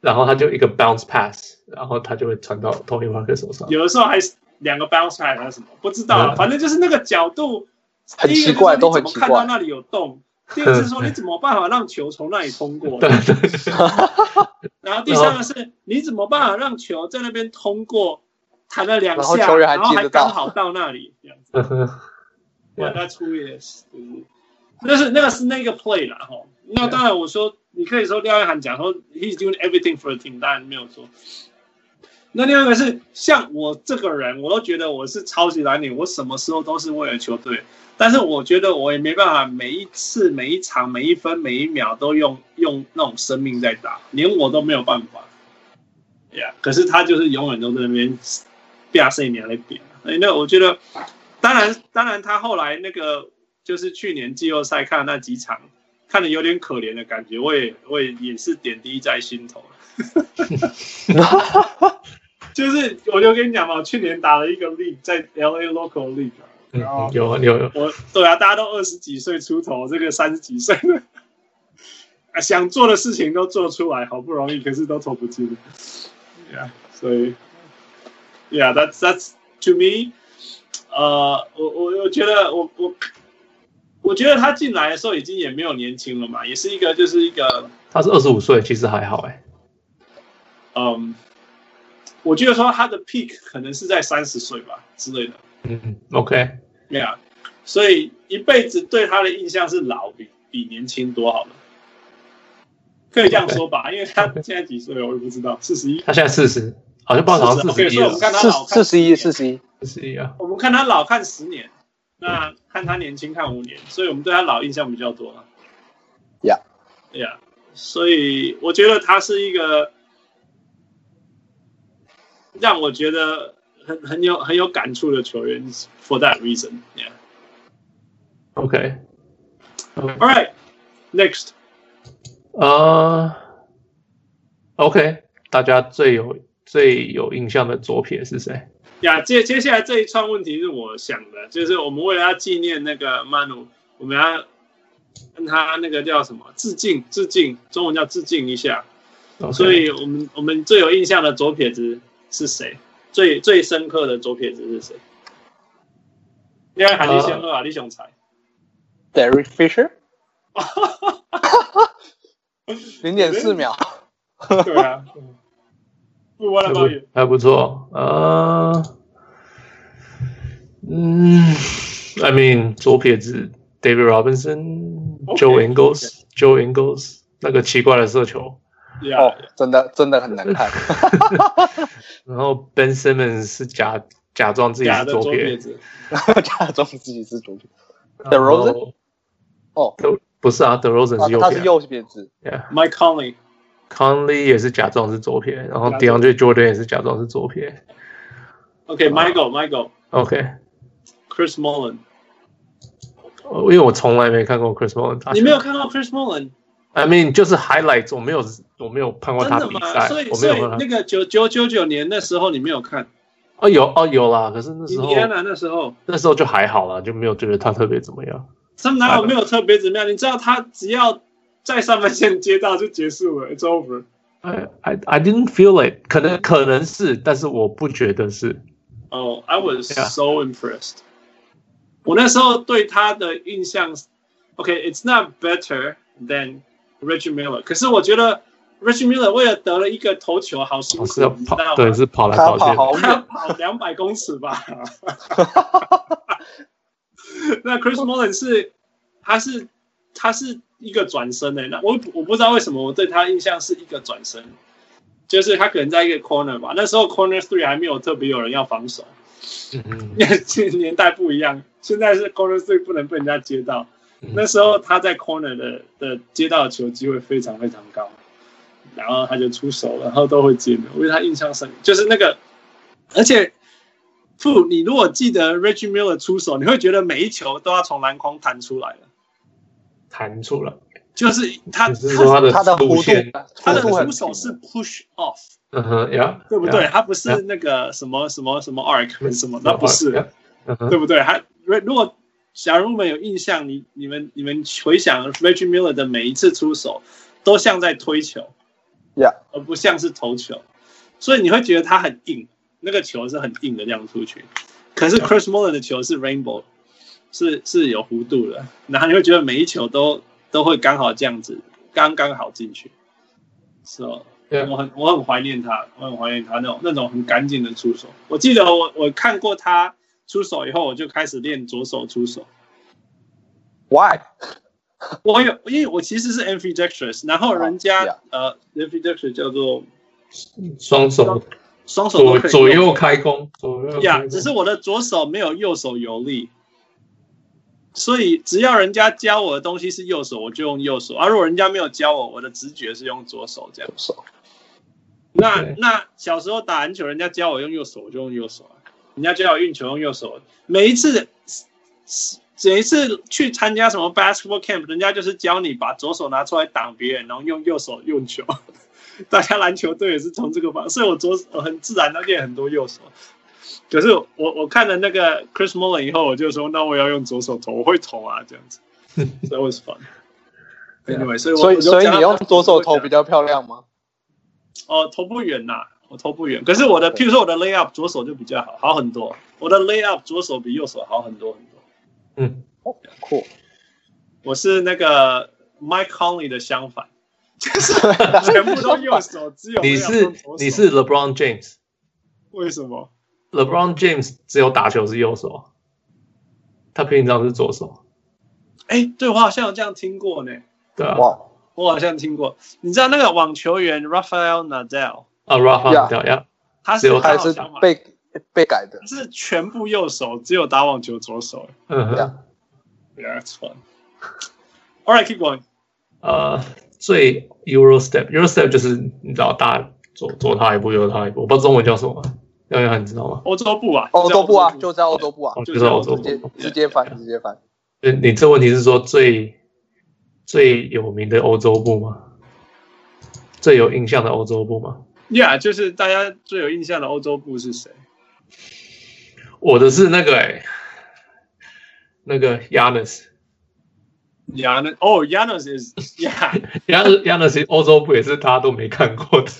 Speaker 2: 然后他就一个 bounce pass，然后他就会传到 Tony Parker 手上。
Speaker 1: 有的时候还是两个 bounce pad 还是什么，不知道啊，
Speaker 2: 嗯
Speaker 1: 反正就是那个角度，
Speaker 3: 很
Speaker 1: 第一个
Speaker 3: 奇怪
Speaker 1: 就是
Speaker 3: 都很
Speaker 1: 你
Speaker 3: 奇
Speaker 1: 怎
Speaker 3: 怪嗯
Speaker 1: 么看到那里有洞？第二个是说你怎么办法让球从那里通过
Speaker 2: 对？对 对
Speaker 1: 然后第三个是你怎么办法让球在那边通过？弹了两
Speaker 3: 然后
Speaker 1: 下，
Speaker 3: 球员还
Speaker 1: 然后
Speaker 3: 接
Speaker 1: 还
Speaker 3: 得到
Speaker 1: 刚好到那里，这样子。
Speaker 2: 嗯哼
Speaker 1: 我他出也是，那是那个是那个 play 啦，吼。那
Speaker 2: Yeah.
Speaker 1: 当然，我说你可以说廖一涵讲说 he's doing everything for the team，当然没有错。那另外一个是像我这个人，我都觉得我是超级蓝领，我什么时候都是为了球队。但是我觉得我也没办法，每一次、每一场、每一分、每一秒都用用那种生命在打，连我都没有办法。呀、可是他就是永远都在那边变声年来变。哎，那我觉得，当然，当然，他后来那个就是去年季后赛看的那几场，看的有点可怜的感觉，我也我也也是点滴在心头。就是我就跟你讲嘛，我去年打了一个 league，在 LA local league，啊
Speaker 2: 嗯
Speaker 1: 然后
Speaker 2: 嗯有有有，
Speaker 1: 我对啊，大家都二十几岁出头，这个三十几岁了， 啊，想做的事情都做出来，好不容易，可是都投不进。Yeah，所以，Yeah，that's that's to me，呃，我我我觉得我我我觉得他进来的时候已经也没有年轻了嘛，也是一个就是一个
Speaker 2: 他是二十五岁，其实还好哎。
Speaker 1: 嗯，我觉得说他的 peak 可能是在三十岁吧之类的。
Speaker 2: 嗯，OK，
Speaker 1: 对啊，所以一辈子对他的印象是老比比年轻多好了，可以这样说吧，因为他现在几岁了我也不知道，四十一。
Speaker 2: 他现在四十，好像报好像四
Speaker 1: 40
Speaker 2: 十一
Speaker 1: 所以我
Speaker 2: 了
Speaker 1: 们，看他
Speaker 3: 四
Speaker 1: 老看
Speaker 3: 四十一，四十一，
Speaker 2: 四十一啊。
Speaker 1: 我们看他老看十年，那看他年轻看五年，所以我们对他老印象比较多啊。
Speaker 3: Yeah
Speaker 1: 对呀，所以我觉得他是一个让我觉得很很有很有感触的球员，for that reason。Yeah.
Speaker 2: 啊 OK，
Speaker 1: All right. Next.
Speaker 2: 呃，OK，大家最有最有印象的左撇是谁？
Speaker 1: 呀、接接下来这一串问题是我想的，就是我们为了要纪念那个曼努，我们要跟他那个叫什么致敬，致敬，中文叫致敬一下。
Speaker 2: OK
Speaker 1: 所以我们我们最有印象的左撇子是谁？最最深刻的左撇子是谁？应该喊李先二
Speaker 2: 呃
Speaker 1: 啊，李雄 才。
Speaker 3: Derek Fisher，零点四秒，
Speaker 1: 对啊。嗯不，我来抱 怨。
Speaker 2: 还不错，呃，嗯，I mean 左撇子 David Robinson、
Speaker 1: OK，
Speaker 2: Joe Ingles、Joe Ingles 那个奇怪的射球，
Speaker 1: 呀
Speaker 3: 哦，真的真的很难看。
Speaker 2: 然后 Ben Simmons 是假假装自己
Speaker 1: 假
Speaker 2: 是
Speaker 1: 的左
Speaker 2: 左
Speaker 1: 撇
Speaker 2: 撇，
Speaker 1: 子。
Speaker 3: 假装自己是 主角，
Speaker 2: 然后
Speaker 3: DeRozan？哦
Speaker 2: 都不是啊，DeRozan
Speaker 3: 啊
Speaker 2: 是右
Speaker 3: 他
Speaker 2: 撇
Speaker 3: 是右边子，
Speaker 2: ，Yeah。
Speaker 1: Mike Conley。
Speaker 2: Conley 也是假装是左撇，然后
Speaker 1: 假装
Speaker 2: DeAndre Jordan 也是假装是左撇。啊
Speaker 1: OK，Michael，Michael，Chris、
Speaker 2: OK，
Speaker 1: Mullen。
Speaker 2: 呃因为我从来没看过 Chris Mullin 打球
Speaker 1: 你没有看到 Chris Mullen？
Speaker 2: ？I mean 就是 highlights，我没有我没有看过
Speaker 1: 真
Speaker 2: 他
Speaker 1: 的
Speaker 2: 比
Speaker 1: 吗？
Speaker 2: 赛
Speaker 1: 所以，
Speaker 2: 我没
Speaker 1: 所
Speaker 2: 有
Speaker 1: 以
Speaker 2: 看过他
Speaker 1: 那个九九九九年那时候你没有看，
Speaker 2: 哦有哦有啦，可是那时
Speaker 1: 印
Speaker 2: 候
Speaker 1: 第安纳那时候，
Speaker 2: 那时候就还好啦，就没有觉得他特别怎么样。
Speaker 1: 他们哪有没有特别怎么样？你知道他只要在上半线接到就结束了，It's over。
Speaker 2: I I I didn't feel it，可能可能是，但是我不觉得是。
Speaker 1: 哦、i was
Speaker 2: Yeah.
Speaker 1: so impressed。我那时候对他的印象，OK，it's、not better than Reggie Miller，可是我觉得 Reggie Miller 为了得了一个头球，好辛
Speaker 2: 我
Speaker 1: 苦，
Speaker 2: 哦是要
Speaker 1: 你知道啊吗
Speaker 2: 跑，对，是跑来
Speaker 3: 他
Speaker 2: 跑
Speaker 3: 跑
Speaker 2: 去。
Speaker 3: 好
Speaker 1: 他
Speaker 3: 远，
Speaker 1: 跑两百公尺 吧。那 Chris Mullen 是，他是他是一个转身的、欸那我我不知道为什么我对他印象是一个转身，就是他可能在一个 corner 吧，那时候 corner three 还没有特别有人要防守，
Speaker 2: 嗯
Speaker 1: 因为这年代不一样，现在是 corner three 不能被人家接到，
Speaker 2: 嗯
Speaker 1: 那时候他在 corner 的的接到的球机会非常非常高，然后他就出手了，然后都会接的，我对他印象深，就是那个，而且。不，你如果记得 Reggie Miller 出手，你会觉得每一球都要从篮筐弹出来了，
Speaker 2: 弹出来，
Speaker 1: 就是他
Speaker 2: 你是说他的
Speaker 3: 他的
Speaker 2: 路
Speaker 3: 弧
Speaker 2: 线？
Speaker 3: 度
Speaker 1: 他
Speaker 3: 弧
Speaker 1: 的
Speaker 3: 度很
Speaker 1: 出手是 push off，
Speaker 2: 嗯哼呀，
Speaker 1: 对不
Speaker 2: yeah，
Speaker 1: 对？他不是那个什么什么什么 arc 什么，那不是，
Speaker 2: Yeah，嗯哼
Speaker 1: 对不对？他如果假如你们有印象，你你们你们回想 Reggie Miller 的每一次出手，都像在推球
Speaker 3: Yeah
Speaker 1: 而不像是投球，所以你会觉得他很硬，那个球是很硬的这样出去。可是
Speaker 2: Yeah
Speaker 1: Chris Mullin 的球是 rainbow，是是有弧度的，然后你会觉得每一球都都会刚好这样子，刚刚好进去。So 我
Speaker 2: Yeah，
Speaker 1: 很我很怀念他，我很怀念他那种那种很干净的出手。我记得我我看过他出手以后，我就开始练左手出手。
Speaker 3: ，Why？
Speaker 1: 我有，因为我其实是 e n f i d e x t r o u s 然后人家、
Speaker 3: Yeah
Speaker 1: 呃 e n f i d e x t r o u s 叫做
Speaker 2: 双手
Speaker 1: 双手
Speaker 2: 左
Speaker 1: 都可以
Speaker 2: 左
Speaker 1: 用
Speaker 2: 右开弓，左右
Speaker 1: 呀
Speaker 2: 开弓
Speaker 1: 只是我的左手没有右手有力，所以只要人家教我的东西是右手，我就用右手；啊而、如果人家没有教我，我的直觉是用左手这样。
Speaker 3: 手
Speaker 1: 那
Speaker 2: 对
Speaker 1: 那小时候打篮球，人家教我用右手，我就用右手啊；人家教我运球用右手，每一次每一次去参加什么 basketball camp，人家就是教你把左手拿出来挡别人，然后用右手用球。 大家篮球队也是从这个方，所以我左手很自然的练很多右手。可是我我看了那个 Chris Mullin 以后，我就说那我要用左手投，我会投啊，这 样子。That was fun. Anyway，所以我
Speaker 3: 啊所以
Speaker 1: 我就
Speaker 3: 所以
Speaker 1: 加上
Speaker 3: 你用左手投
Speaker 1: 加
Speaker 3: 比较漂亮 吗？
Speaker 1: 哦，投不远呐、我投不远。可是我的，譬如说我的 layup 左手就比较好，好很多。我的 layup 左手比右手好很多很多。
Speaker 2: 嗯
Speaker 3: 哦，酷，
Speaker 1: 我是那个 Mike Conley 的相反，全部都右手，只有
Speaker 2: 你
Speaker 1: layup
Speaker 2: 是
Speaker 1: 用左手
Speaker 2: 你是 LeBron James，LeBron
Speaker 1: 为什么？
Speaker 2: James 只有打球是右手，他平常是左手，
Speaker 1: 哎，对我好像有这样听过呢，
Speaker 2: 对 啊，
Speaker 3: 哇，
Speaker 1: 我好像听过。你知道那个网球员 Rafael Nadal，
Speaker 2: 啊 Rafa
Speaker 3: Yeah
Speaker 2: 对呀，
Speaker 1: 他
Speaker 2: 只
Speaker 1: 是
Speaker 2: 有
Speaker 3: 他
Speaker 1: 他
Speaker 3: 也是
Speaker 1: 相反，
Speaker 3: 被被改的
Speaker 1: 他是全部右手，只有打网球左手。
Speaker 2: 嗯哼
Speaker 3: Yeah。
Speaker 1: Yeah, that's fun. All right, keep going.
Speaker 2: 呃，最 Euro Step，Euro Step 就是你知道大左左踏一步右踏一步，我不知道中文叫什么廖约翰你知道吗？
Speaker 1: 欧洲步啊，
Speaker 3: 欧洲步啊，
Speaker 1: 就
Speaker 3: 就在欧洲步啊，
Speaker 2: 哦，
Speaker 1: 就
Speaker 2: 就是是欧洲
Speaker 1: 欧
Speaker 3: 直
Speaker 1: 洲
Speaker 3: 接
Speaker 2: 部分。
Speaker 3: 直接翻，直接翻。
Speaker 2: 呃你这问题是说最最有名的欧洲部吗？最有印象的欧洲部吗？
Speaker 1: ，Yeah，就是大家最有印象的欧洲步是谁？
Speaker 2: 我的是那个哎、那个 Yanis，
Speaker 1: Yanis，哦，Yanis is yeah，
Speaker 2: Yan Yanis 欧洲部也是大家都没看过的，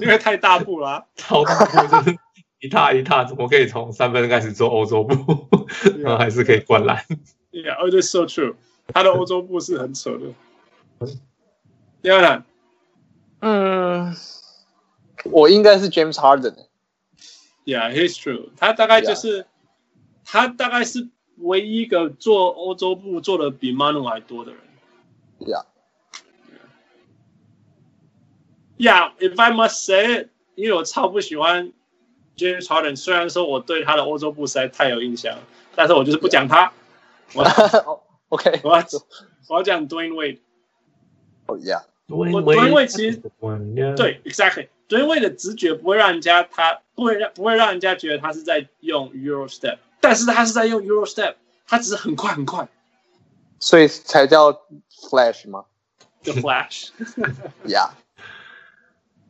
Speaker 1: 因为太大步啦、
Speaker 2: 超大步，就是 一踏一踏，怎么可以从三分开始做欧洲步，
Speaker 1: 啊
Speaker 2: 然后还是可以灌篮？
Speaker 1: Yeah, oh, that's so true. 他的欧洲步是很扯的。第二呢，
Speaker 3: 嗯，我应该是 James Harden，欸
Speaker 1: Yeah, he's true. 他大概就是他大概是唯一一个做欧洲步做的比 Manu 还多的人。
Speaker 3: 对啊，
Speaker 1: Yeah, if I must say it，因为我超不喜欢 James Harden，虽然说我对他的欧洲步实在太有印象，但是我就是不讲他，
Speaker 3: 哦 OK，
Speaker 1: 我要我要讲 Dwayne Wade。
Speaker 3: 哦 Yeah，
Speaker 1: 我
Speaker 2: 我
Speaker 1: 因为其实
Speaker 2: 嗯
Speaker 1: 对，exactly。所以为了直觉不会让人家他不会让不会让人家觉得他是在用 Euro Step，但是他是在用 Euro Step，他只是很快很快
Speaker 3: 所以才叫 Flash 吗
Speaker 1: 的 Flash。
Speaker 2: 嗯
Speaker 3: ？Yeah，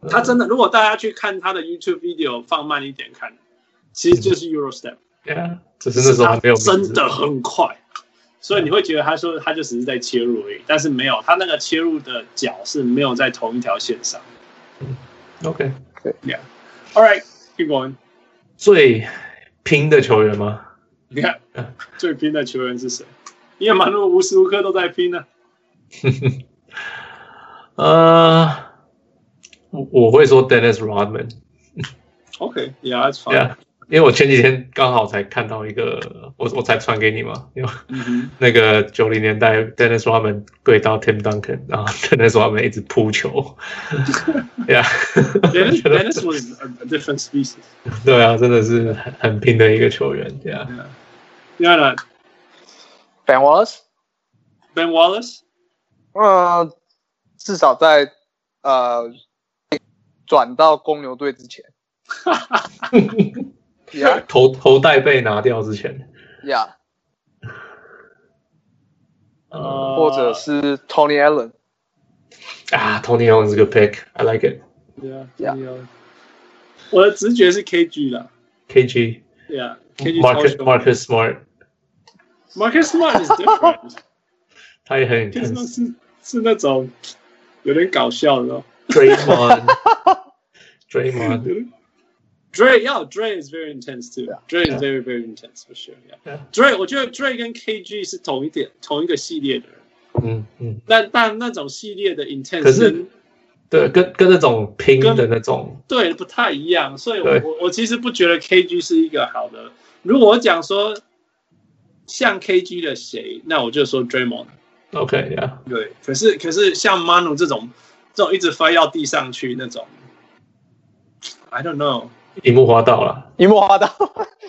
Speaker 1: 他真的，如果大家去看他的 YouTube video，放慢一点看，其实就是 Euro Step，
Speaker 2: Yeah，只是那时候还没有名字
Speaker 1: 啊真的很快，所以你会觉得他说他就只是在切入而已，但是没有，他那个切入的脚是没有在同一条线上。
Speaker 2: OK，
Speaker 1: All right, keep going。
Speaker 2: 最拼的球员吗？
Speaker 1: 你看最拼的球员是谁？因为马路无时无刻都在拼呢、
Speaker 2: 呃，我我会说 Dennis Rodman，
Speaker 1: Okay, yeah, that's
Speaker 2: 对
Speaker 1: fine.
Speaker 2: 啊，因为我前几天刚好才看到一个，我我才传给你嘛，因为
Speaker 1: 嗯
Speaker 2: 那个九零年代 Dennis Rodman 对到 Tim Duncan，然后 Dennis Rodman 一直扑 球，对啊
Speaker 1: 哼 Dennis, Dennis was a, a different species.
Speaker 2: 对啊，真的是很很拼的一个球员，对啊，
Speaker 1: Yeah. Yeah, no,
Speaker 3: Ben Wallace，
Speaker 1: Ben Wallace.
Speaker 3: 嗯，至少在呃转到公牛队之前 Uh,，Yeah
Speaker 2: 头头带被拿掉之前，
Speaker 3: Yeah，
Speaker 2: 呃
Speaker 3: 或者
Speaker 1: Uh,
Speaker 3: 是 Tony Allen，
Speaker 2: 啊，Tony Young 是个 pick，I like it，KG。
Speaker 1: Yeah,
Speaker 3: Yeah.
Speaker 1: yeah. 我的直觉是 KG 啦。Yeah, KG
Speaker 2: Marcus
Speaker 1: 超
Speaker 2: Marcus Smart，
Speaker 1: Marcus Smart is different.
Speaker 2: 他也很
Speaker 1: Marcus
Speaker 2: 很
Speaker 1: Smart 是是那种有点搞笑的哦。
Speaker 2: Draymond，Draymond，
Speaker 1: Dre, yeah, Dre is very intense too.
Speaker 3: Yeah.
Speaker 1: Dre is
Speaker 2: Yeah.
Speaker 1: very, very intense for sure. Yeah.
Speaker 2: Yeah.
Speaker 1: Dre，我觉得 Dre 跟 KG 是同一点同一个系列的人，
Speaker 2: 嗯嗯，
Speaker 1: 但但那种系列的 intense
Speaker 2: 可是
Speaker 1: 跟
Speaker 2: 对，跟跟那种拼的那种，
Speaker 1: 对，不太一样，所以我
Speaker 2: 对
Speaker 1: 我我其实不觉得 KG 是一个好的。如果我讲说像 KG 的谁，那我就说 Draymond。
Speaker 2: OK，yeah，
Speaker 1: 对，可是可是像 Manu 这种这种一直翻到地上去那种，I don't know。
Speaker 2: 樱木花道了，
Speaker 3: 樱木花道，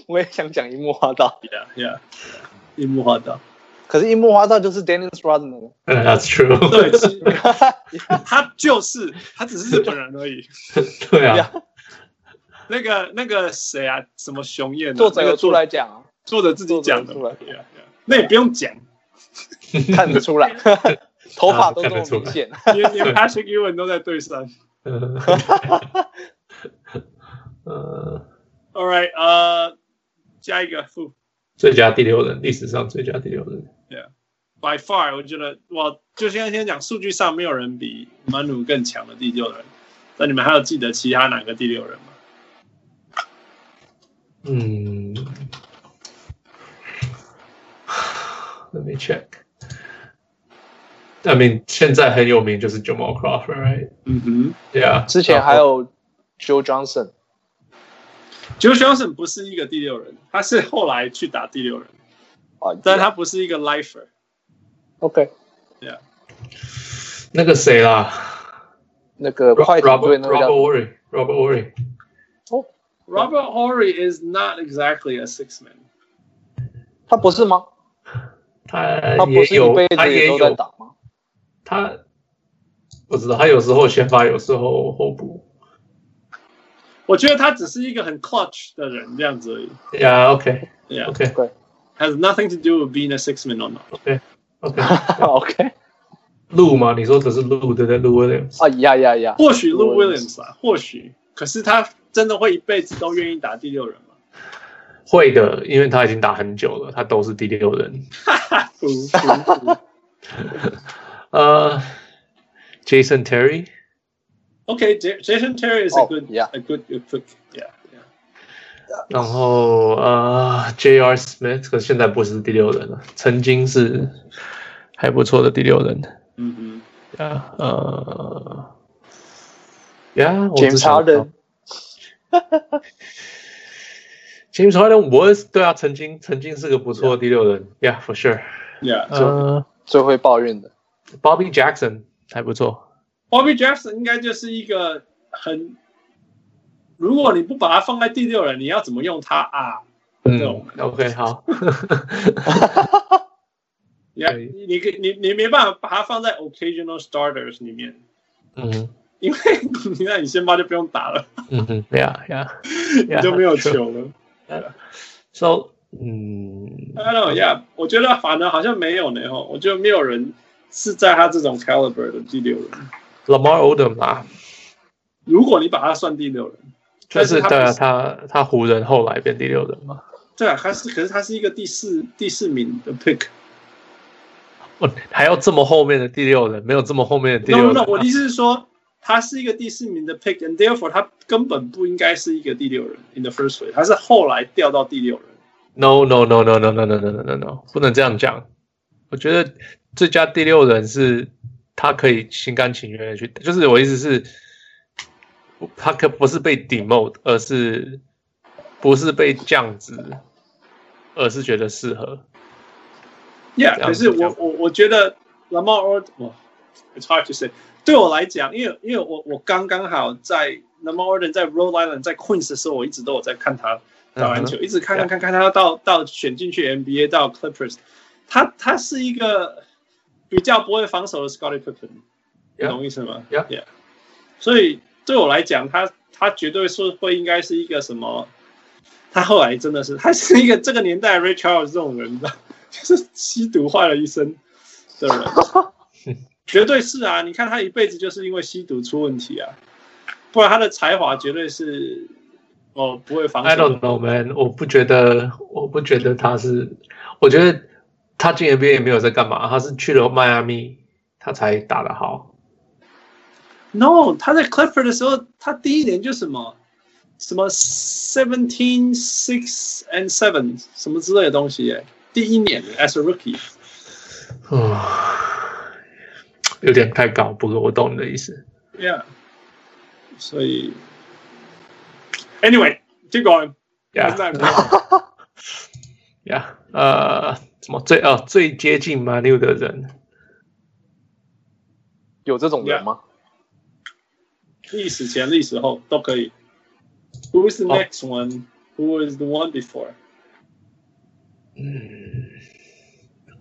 Speaker 3: 我也想讲樱木花道，
Speaker 1: Yeah, yeah. 樱木花道，
Speaker 3: 可是樱木花道就是 Dennis Rodman，
Speaker 2: 嗯，That's true，
Speaker 1: 对，啊 其他就是他只是日本人而已。
Speaker 2: 对啊，
Speaker 1: 那个那个谁啊，什么熊彦啊、
Speaker 3: 作者
Speaker 1: 那
Speaker 3: 有
Speaker 1: 个
Speaker 3: 出来讲啊，
Speaker 1: 作者自己讲的
Speaker 3: 作者有出
Speaker 1: Yeah, yeah. 那也不用讲，
Speaker 3: 看得出来， 头发都这么明
Speaker 2: 啊
Speaker 3: 显。
Speaker 1: 连 连 Patrick Ewing 都在对上。
Speaker 2: 嗯，呃，
Speaker 1: All right，呃，下一个负
Speaker 2: 最佳第六人，历史上最佳第六人，
Speaker 1: by far，我觉得哇，就先先讲数据上没有人比曼努更强的第六人，那你们还有记得其他哪个第六人吗？
Speaker 2: 嗯，Let me check。I mean，现在很有名就是 Jamal Crawford，right？Yeah，
Speaker 1: 嗯哼
Speaker 3: 之前还有 Joe Johnson，
Speaker 1: ，Joe Johnson 不是一个第六人，他是后来去打第六人，
Speaker 3: 啊，
Speaker 1: 但他不是一个 lifer。
Speaker 3: OK
Speaker 2: 那个谁啦
Speaker 3: 那个快艇队那个叫
Speaker 2: Robert Worry，Robert Worry。
Speaker 1: Robert Horry is not exactly a six man。
Speaker 3: 他不是吗？
Speaker 2: 他
Speaker 3: 他不
Speaker 2: 也
Speaker 3: 是一
Speaker 2: 有
Speaker 3: 辈，
Speaker 2: 他
Speaker 3: 子
Speaker 2: 也
Speaker 3: 也都在
Speaker 2: 有，
Speaker 3: 打 吗？
Speaker 2: 他不知道，他有时候先发，有时候候补。
Speaker 1: 我觉得他只是一个很 clutch 的人这样子而已。
Speaker 2: Yeah, OK,
Speaker 1: Yeah,
Speaker 2: OK,
Speaker 1: has nothing to do with being a six man or not.
Speaker 2: OK。
Speaker 3: 啊 OK，
Speaker 2: 路吗？你说只是路对不对？路 Williams
Speaker 3: 啊呀呀呀，
Speaker 1: 或许 Lou
Speaker 3: Williams
Speaker 1: Williams 啦，或许，可是他真的会一辈子都愿意打第六人吗？
Speaker 2: 会的，因为他已经打很久了，他都是第六人。
Speaker 3: 嗯
Speaker 1: 不不不
Speaker 2: 呃，Jason Terry，
Speaker 1: ，OK, Ja- Jason Terry is a
Speaker 3: Oh,
Speaker 1: good,
Speaker 3: yeah.
Speaker 1: a good, a good, yeah, yeah.
Speaker 2: 然后呃，J.R. Smith，可是现在不是第六人了，曾经是还不错的第六人。
Speaker 1: 嗯哼，
Speaker 2: 啊，呃，Yeah，我只
Speaker 3: James
Speaker 2: 想到
Speaker 3: Harden
Speaker 2: James Harden was 对啊，曾经曾经是个不错的第六人，Yeah，for sure。
Speaker 1: yeah.
Speaker 2: 呃
Speaker 3: 最会抱怨的，
Speaker 2: ，Bobby Jackson 还不错。
Speaker 1: Bobby Jackson 应该就是一个很，如果你不把他放在第六人，你要怎么用他啊？对
Speaker 2: 嗯
Speaker 1: 我
Speaker 2: ，OK，好。
Speaker 1: 你要
Speaker 2: 对
Speaker 1: 你你你你没办法把他放在 occasional starters 里面，
Speaker 2: 嗯
Speaker 1: 因为 那你先发就不用打了，
Speaker 2: 嗯哼，Yeah Yeah，
Speaker 1: 你就没有球了。
Speaker 2: So，嗯
Speaker 1: I don't know, yeah，我觉得反而好像没有呢，哦，我觉得没有人是在他这种 caliber 的第六人。
Speaker 2: ，Lamar Odom 啊啦，
Speaker 1: 如果你把他算第六人，
Speaker 2: 就
Speaker 1: 但
Speaker 2: 是
Speaker 1: 是他
Speaker 2: 对啊，
Speaker 1: 不是
Speaker 2: 他他湖人后来变第六人嘛。
Speaker 1: 对啊，他是，可是他是一个第四第四名的 pick。
Speaker 2: 哦，还要这么后面的第六人，没有这么后面的第
Speaker 1: No
Speaker 2: 六
Speaker 1: no
Speaker 2: 人
Speaker 1: no，
Speaker 2: 啊。
Speaker 1: 我的意思是说，他是一个第四名的 pick，and therefore 他根本不应该是一个第六人 in the first place，他是后来掉到第六人。
Speaker 2: No no no no no no no no no no no，不能这样讲。我觉得最佳第六人是他可以心甘情愿的去，就是我意思是，他可不是被 demote，而是不是被降职，而是觉得适合。
Speaker 1: Yeah，
Speaker 2: 这样
Speaker 1: 可是
Speaker 2: 这样
Speaker 1: 我我我觉得 Lamar Odom，it's hard to say。对我来讲，因为因为我我刚刚好在 Lamar Odom 在 Rhode Island 在 Queens 的时候，我一直都有在看他打
Speaker 2: 嗯
Speaker 1: 篮球，一直看看看看他到到选进去 NBA 到 Clippers，他他是一个比较不会防守的 Scotty Pippen，你
Speaker 2: Yeah.
Speaker 1: 懂我意思吗
Speaker 2: Yeah.
Speaker 1: yeah，所以对我来讲，他他绝对是会应该是一个什么？他后来真的是，他是一个这个年代 Ray Charles 这种人，你知道，就是吸毒坏了一身的人， 绝对是啊！你看他一辈子就是因为吸毒出问题啊，不然他的才华绝对是哦不会防守。
Speaker 2: I don't know man，我不觉得，我不觉得他是，我觉得他进 NBA 也没有在干嘛，他是去了迈阿密，他才打得好。
Speaker 1: No，他在 Clifford 的时候，他第一年就什么什么 seventeen six and seven 什么之类的东西耶，第一年 as a rookie。
Speaker 2: 啊，有点太高，不过我懂你的意思。
Speaker 1: Yeah，所以 anyway，keep going。
Speaker 2: Yeah，Yeah，呃，什么最哦最接近马六的人？
Speaker 3: 有这种人吗？
Speaker 1: 历史前、历史后都可以。Who is the
Speaker 2: 好
Speaker 1: next one? Who is the one before?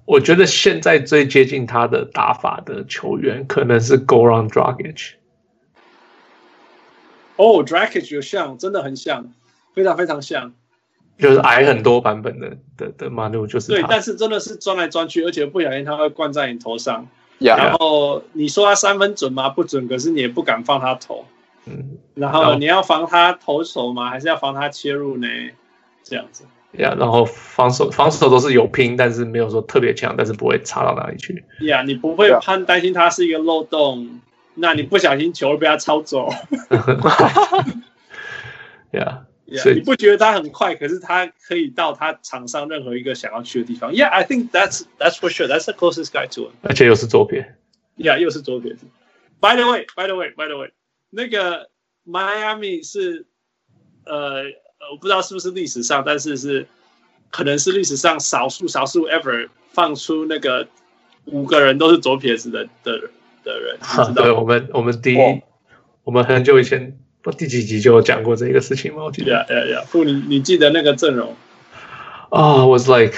Speaker 2: 我觉得现在最接近他的打法的球员可能是 Goran Dragic。
Speaker 1: 哦、d r a k i c 有像，真的很像，非常非常像。
Speaker 2: 就是矮很多版本的的的马六就是
Speaker 1: 对，
Speaker 2: 他
Speaker 1: 但，是真的是钻来钻去，而且不小心他会灌在你头上。
Speaker 3: 呀
Speaker 2: 哎
Speaker 1: 然后你说他三分准吗？不准，可是你也不敢放他投。
Speaker 2: 嗯，
Speaker 1: 然
Speaker 2: 然后
Speaker 1: 后你要防他投手吗？还是要防他切入呢？这样子。
Speaker 2: 呀，然后防守防守都是有拼，但是没有说特别强，但是不会差到哪里去。
Speaker 1: 呀，你不会
Speaker 2: 啊
Speaker 3: Yeah.
Speaker 1: 判担心他是一个漏洞，那你不小心球被他抄走。
Speaker 2: 呀，所
Speaker 1: Yeah,
Speaker 2: 以
Speaker 1: 你不觉得他很快，可是他可以到他场上任何一个想要去的地方。Yeah, I think that's that's for sure. That's the closest guy to him.
Speaker 2: 而且又是左边。
Speaker 1: Yeah，又是左撇子。By the way, by the way, by the way，那个 Miami 是呃，我不知道是不是历史上，但是是可能是历史上少数少数 ever 放出那个五个人都是左撇子的的的 人，你知道
Speaker 2: 对，
Speaker 1: 吗
Speaker 2: 我们我们第一
Speaker 3: 哦，
Speaker 2: 我们很久以前不第几集就有讲过这个事情吗？我记得。
Speaker 1: ？Yeah, yeah, yeah。不，你你记得那个阵容？
Speaker 2: Oh, it was like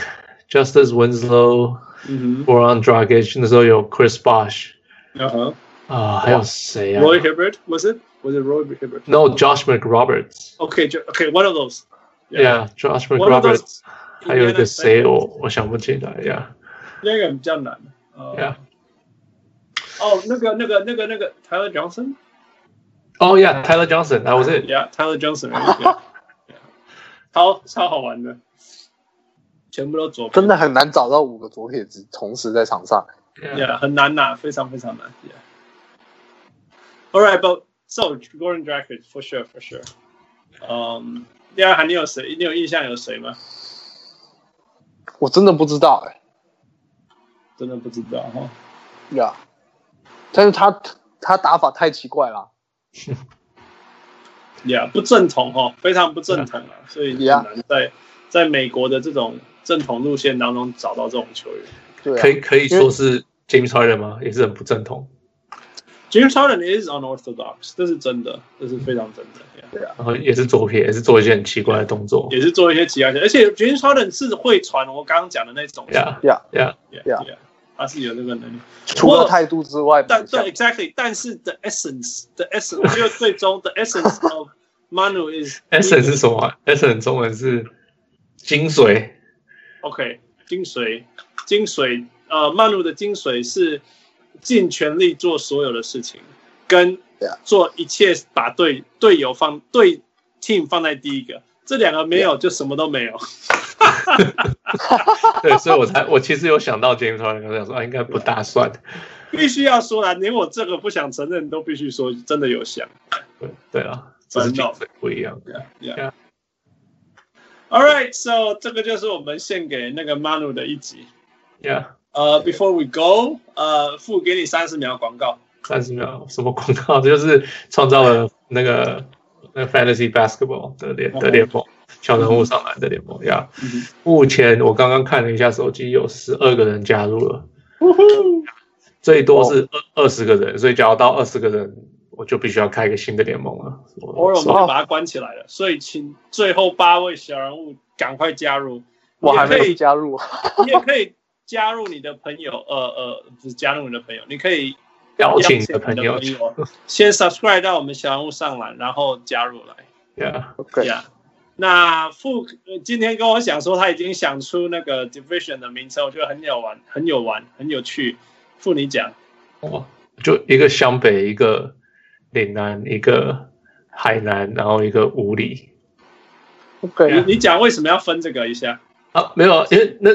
Speaker 2: Justice Winslow,
Speaker 1: 嗯
Speaker 2: Goran Dragic，那时候有 Chris Bosh
Speaker 1: 哼，嗯哼
Speaker 2: 啊、还有谁啊
Speaker 1: ，Roy Hibbert was it？ Was it Roy Hibbert?
Speaker 2: No, Josh McRoberts。
Speaker 1: Okay, Jo- okay, one of those.
Speaker 2: Yeah，Josh
Speaker 1: One of
Speaker 2: McRoberts。
Speaker 1: those.
Speaker 2: 还有一个谁，我我想不起来呀。
Speaker 1: 那个比较难。呃
Speaker 2: Yeah。
Speaker 1: 哦，那个那个那个那个 Tyler Johnson。
Speaker 2: Oh yeah, Tyler Johnson. That was it.
Speaker 1: Yeah, Tyler Johnson. right? Yeah. Yeah. 超超好玩的，全部都左边
Speaker 3: 真的很难找到五个左撇子同时在场上。
Speaker 2: Yeah.
Speaker 1: Yeah，很难呐，非常非常难。Yeah. All right, but so Gordon Dragic for sure, for sure. Um, 嗯，第二行你有谁？你有印象有谁吗？
Speaker 3: 我真的不知道哎、
Speaker 1: 真的不知道哈。
Speaker 3: 呀、但是他他打法太奇怪了，
Speaker 1: Yeah，不正统哈，非常不正统啊，所以你很
Speaker 3: Yeah
Speaker 1: 难在在美国的这种正统路线当中找到这种球员。
Speaker 3: 对
Speaker 2: 可
Speaker 3: 啊，
Speaker 2: 以可以说是 James Harden 吗？也是很不正统。
Speaker 1: James Harden is unorthodox，这是真的，这是非常真的。Yeah.
Speaker 2: 然后也是左撇，也是做一些很奇怪的动作。
Speaker 1: 也是做一些其他事，而且 James Harden 是会传我刚刚讲的那种
Speaker 2: Yeah,
Speaker 3: Yeah
Speaker 2: yeah.
Speaker 1: yeah, yeah，他是有那个能力。
Speaker 3: 除了态度之外，
Speaker 1: 但
Speaker 3: 像
Speaker 1: 对，exactly，但是 the essence，the essence，我觉得最终 the essence of Manu is
Speaker 2: Essence 是什么啊？Essence 中文是精髓。
Speaker 1: OK，精髓，精髓，呃，曼努的精髓是尽全力做所有的事情，跟
Speaker 3: Yeah.
Speaker 1: 做一切把队队友放对 team 放在第一个，这两个没有就什么都没有。
Speaker 2: 对，所以我才我其实有想到 James Harden，我想说啊，应该不大算。
Speaker 1: 必须要说啦，连我这个不想承认都必须说，真的有想。
Speaker 2: 对对啊，只是精髓不一样。
Speaker 1: Yeah, yeah.
Speaker 2: Yeah.
Speaker 1: All right, so 这个就是我们献给那个 Manu 的一集。
Speaker 2: Yeah，
Speaker 1: 呃、b e f o r e we go，呃、付给你三十秒广告。
Speaker 2: 三十秒什么广告？这 就是创造了那个那个 Fantasy Basketball 的联的联盟，小人物上来的联盟。Yeah，
Speaker 1: 嗯
Speaker 2: 目前我刚刚看了一下手机，有十二个人加入了，
Speaker 1: 呼呼
Speaker 2: 最多是二二十个人，所以只要到二十个人，我就必须要开一个新的联盟了。
Speaker 1: 偶尔我们
Speaker 2: 所以
Speaker 1: 就把它关起来了，所以请最后八位小人物赶快加入。
Speaker 3: 我还
Speaker 1: 也可
Speaker 3: 没
Speaker 1: 以，
Speaker 3: 加入，啊
Speaker 1: 你也可以加入你的朋友，呃呃，不是加入你的朋友，你可以
Speaker 2: 邀请
Speaker 1: 你
Speaker 2: 你
Speaker 1: 的
Speaker 2: 的朋友
Speaker 1: 友先 subscribe 到我们小人物上篮，然后加入来。
Speaker 2: ，Yeah。
Speaker 3: 对
Speaker 1: Yeah. 那富呃今天跟我讲说他已经想出那个 division 的名称，我觉得很有玩，很有玩，很有趣。富你讲，
Speaker 2: 哇，哦就一个湘北，一个岭南，一个海南，然后一个五里
Speaker 1: 你
Speaker 3: ，OK，Slam
Speaker 1: 你讲为什么要分这个一下？
Speaker 2: 啊，没有啊，因为那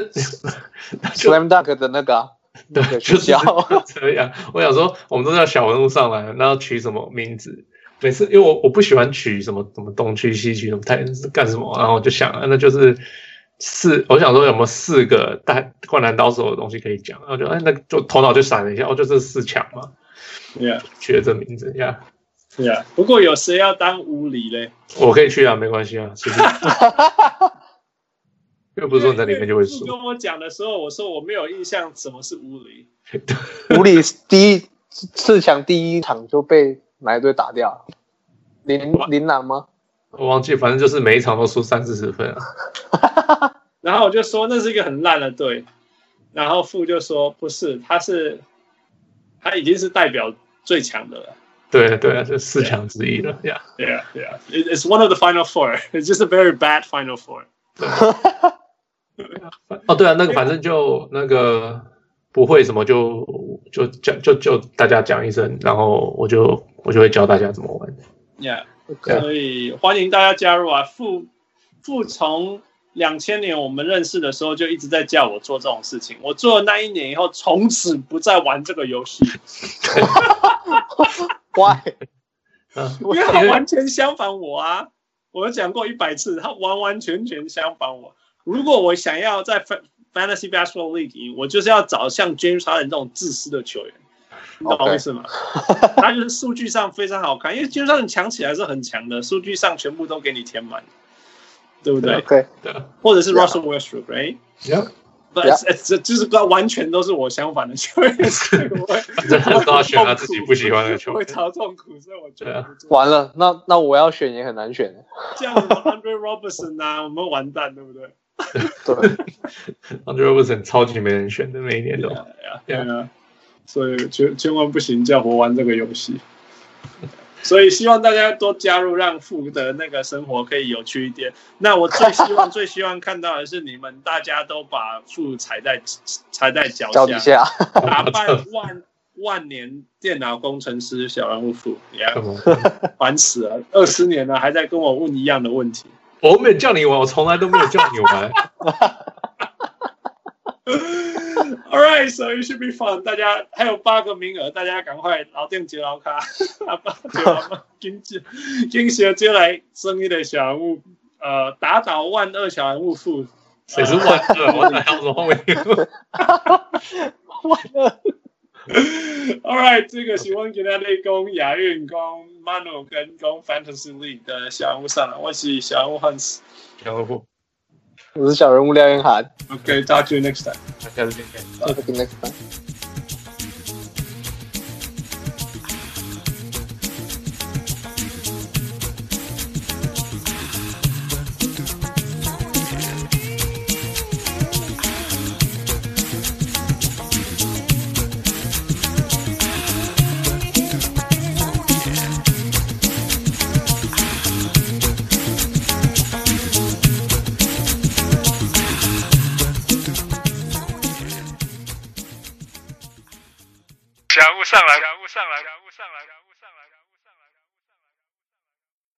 Speaker 2: 那就
Speaker 3: Dunk 的那个啊、
Speaker 2: 对
Speaker 3: 那个，
Speaker 2: 就
Speaker 3: 取
Speaker 2: 是
Speaker 3: 消，
Speaker 2: 这样。我想说，我们都叫小人物上来，那要取什么名字？每次因为我我不喜欢取什么什么东区西区什么太是干什么，然后我就想，啊那就是四，我想说有没有四个大灌篮高手的东西可以讲，然后就哎，那就头脑就闪了一下，哦，就这四强嘛，
Speaker 1: Yeah
Speaker 2: 取了这名字呀。
Speaker 1: yeah。不过有谁要当无理嘞？
Speaker 2: 我可以去啊，没关系啊，其实又不是说你在里面就会输
Speaker 1: 因为。富跟我讲的时候，我说我没有印象什么是无理。
Speaker 3: 五里第一四强第一场就被哪一队打掉了？林林南吗？
Speaker 2: 我忘记，反正就是每一场都输三四十分啊。
Speaker 1: 然后我就说那是一个很烂的队，然后富就说不是，他是他已经是代表最强的了。
Speaker 2: 对对啊，就四强之一了呀。
Speaker 1: Yeah, yeah. It- It's one of the final four. It's just a very bad final four.
Speaker 2: 哦，对啊，那个反正就那个不会什么就就讲就就大家讲一声，然后我就我就会教大家怎么玩。
Speaker 1: Yeah.
Speaker 3: OK
Speaker 1: 所以欢迎大家加入啊！傅傅从两千年我们认识的时候就一直在叫我做这种事情，我做了那一年以后，从此不再玩这个游戏，
Speaker 3: Why？
Speaker 2: 嗯，
Speaker 1: 因为他完全相反我啊！我有讲过一百次，他完完全全相反我。如果我想要在 Fa- Fantasy Basketball League 赢，我就是要找像 James Harden 这种自私的球员，你懂我
Speaker 3: OK
Speaker 1: 意 思吗？他就是数据上非常好看，因为 James Harden 强起来是很强的，数据上全部都给你填满，对不对？
Speaker 3: OK，
Speaker 2: 对啊，
Speaker 1: 或者是
Speaker 3: Yeah.
Speaker 1: Russell Westbrook，right？
Speaker 2: Yeah.
Speaker 1: 不，
Speaker 3: Yeah.
Speaker 1: 这就是不完全都是我相反的球员，所以 我会
Speaker 2: 反正他都要选他自己不喜欢的
Speaker 1: 我
Speaker 2: 球
Speaker 1: 会
Speaker 2: 员。啊
Speaker 1: 超痛苦，所以我觉得不做
Speaker 3: 完了，那那我要选也很难选。
Speaker 1: 像我们 Andre Robertson 啊，我们完蛋，对不对？
Speaker 3: 对，
Speaker 2: Andrew Wilson 超级没人选的，每一年都。
Speaker 1: 对啊，所以千千万不行，叫我玩这个游戏。所以希望大家多加入，让富的那个生活可以有趣一点。那我最希望、最希望看到的是你们大家都把富踩在踩在脚
Speaker 3: 脚底
Speaker 1: 下，
Speaker 3: 下，
Speaker 1: 打败万万年电脑工程师小人物富，也、
Speaker 2: 干嘛？
Speaker 1: 烦死了，二十年了还在跟我问一样的问题。
Speaker 2: 我没有叫你玩，我从来都没有叫你玩。
Speaker 1: All right, so it should be fun. 大家还有八个名额，大家赶快老定接老卡， 把接老卡，跟接跟接接来生意的小人物，呃，打倒万恶小人物富，
Speaker 2: 谁是万恶？我哪有什么后面？
Speaker 1: All right，这个询问今天内攻亚运攻 Manu 跟攻 Fantasy League 的小人物上来，我是小人物 Hans。
Speaker 2: 小虎，
Speaker 3: 我是小人物廖元涵啊
Speaker 1: OK，talk、to you next time。
Speaker 2: 下次见。
Speaker 3: ，talk to you next time。
Speaker 4: 小物上来，小物上来，小物上来，小物上来。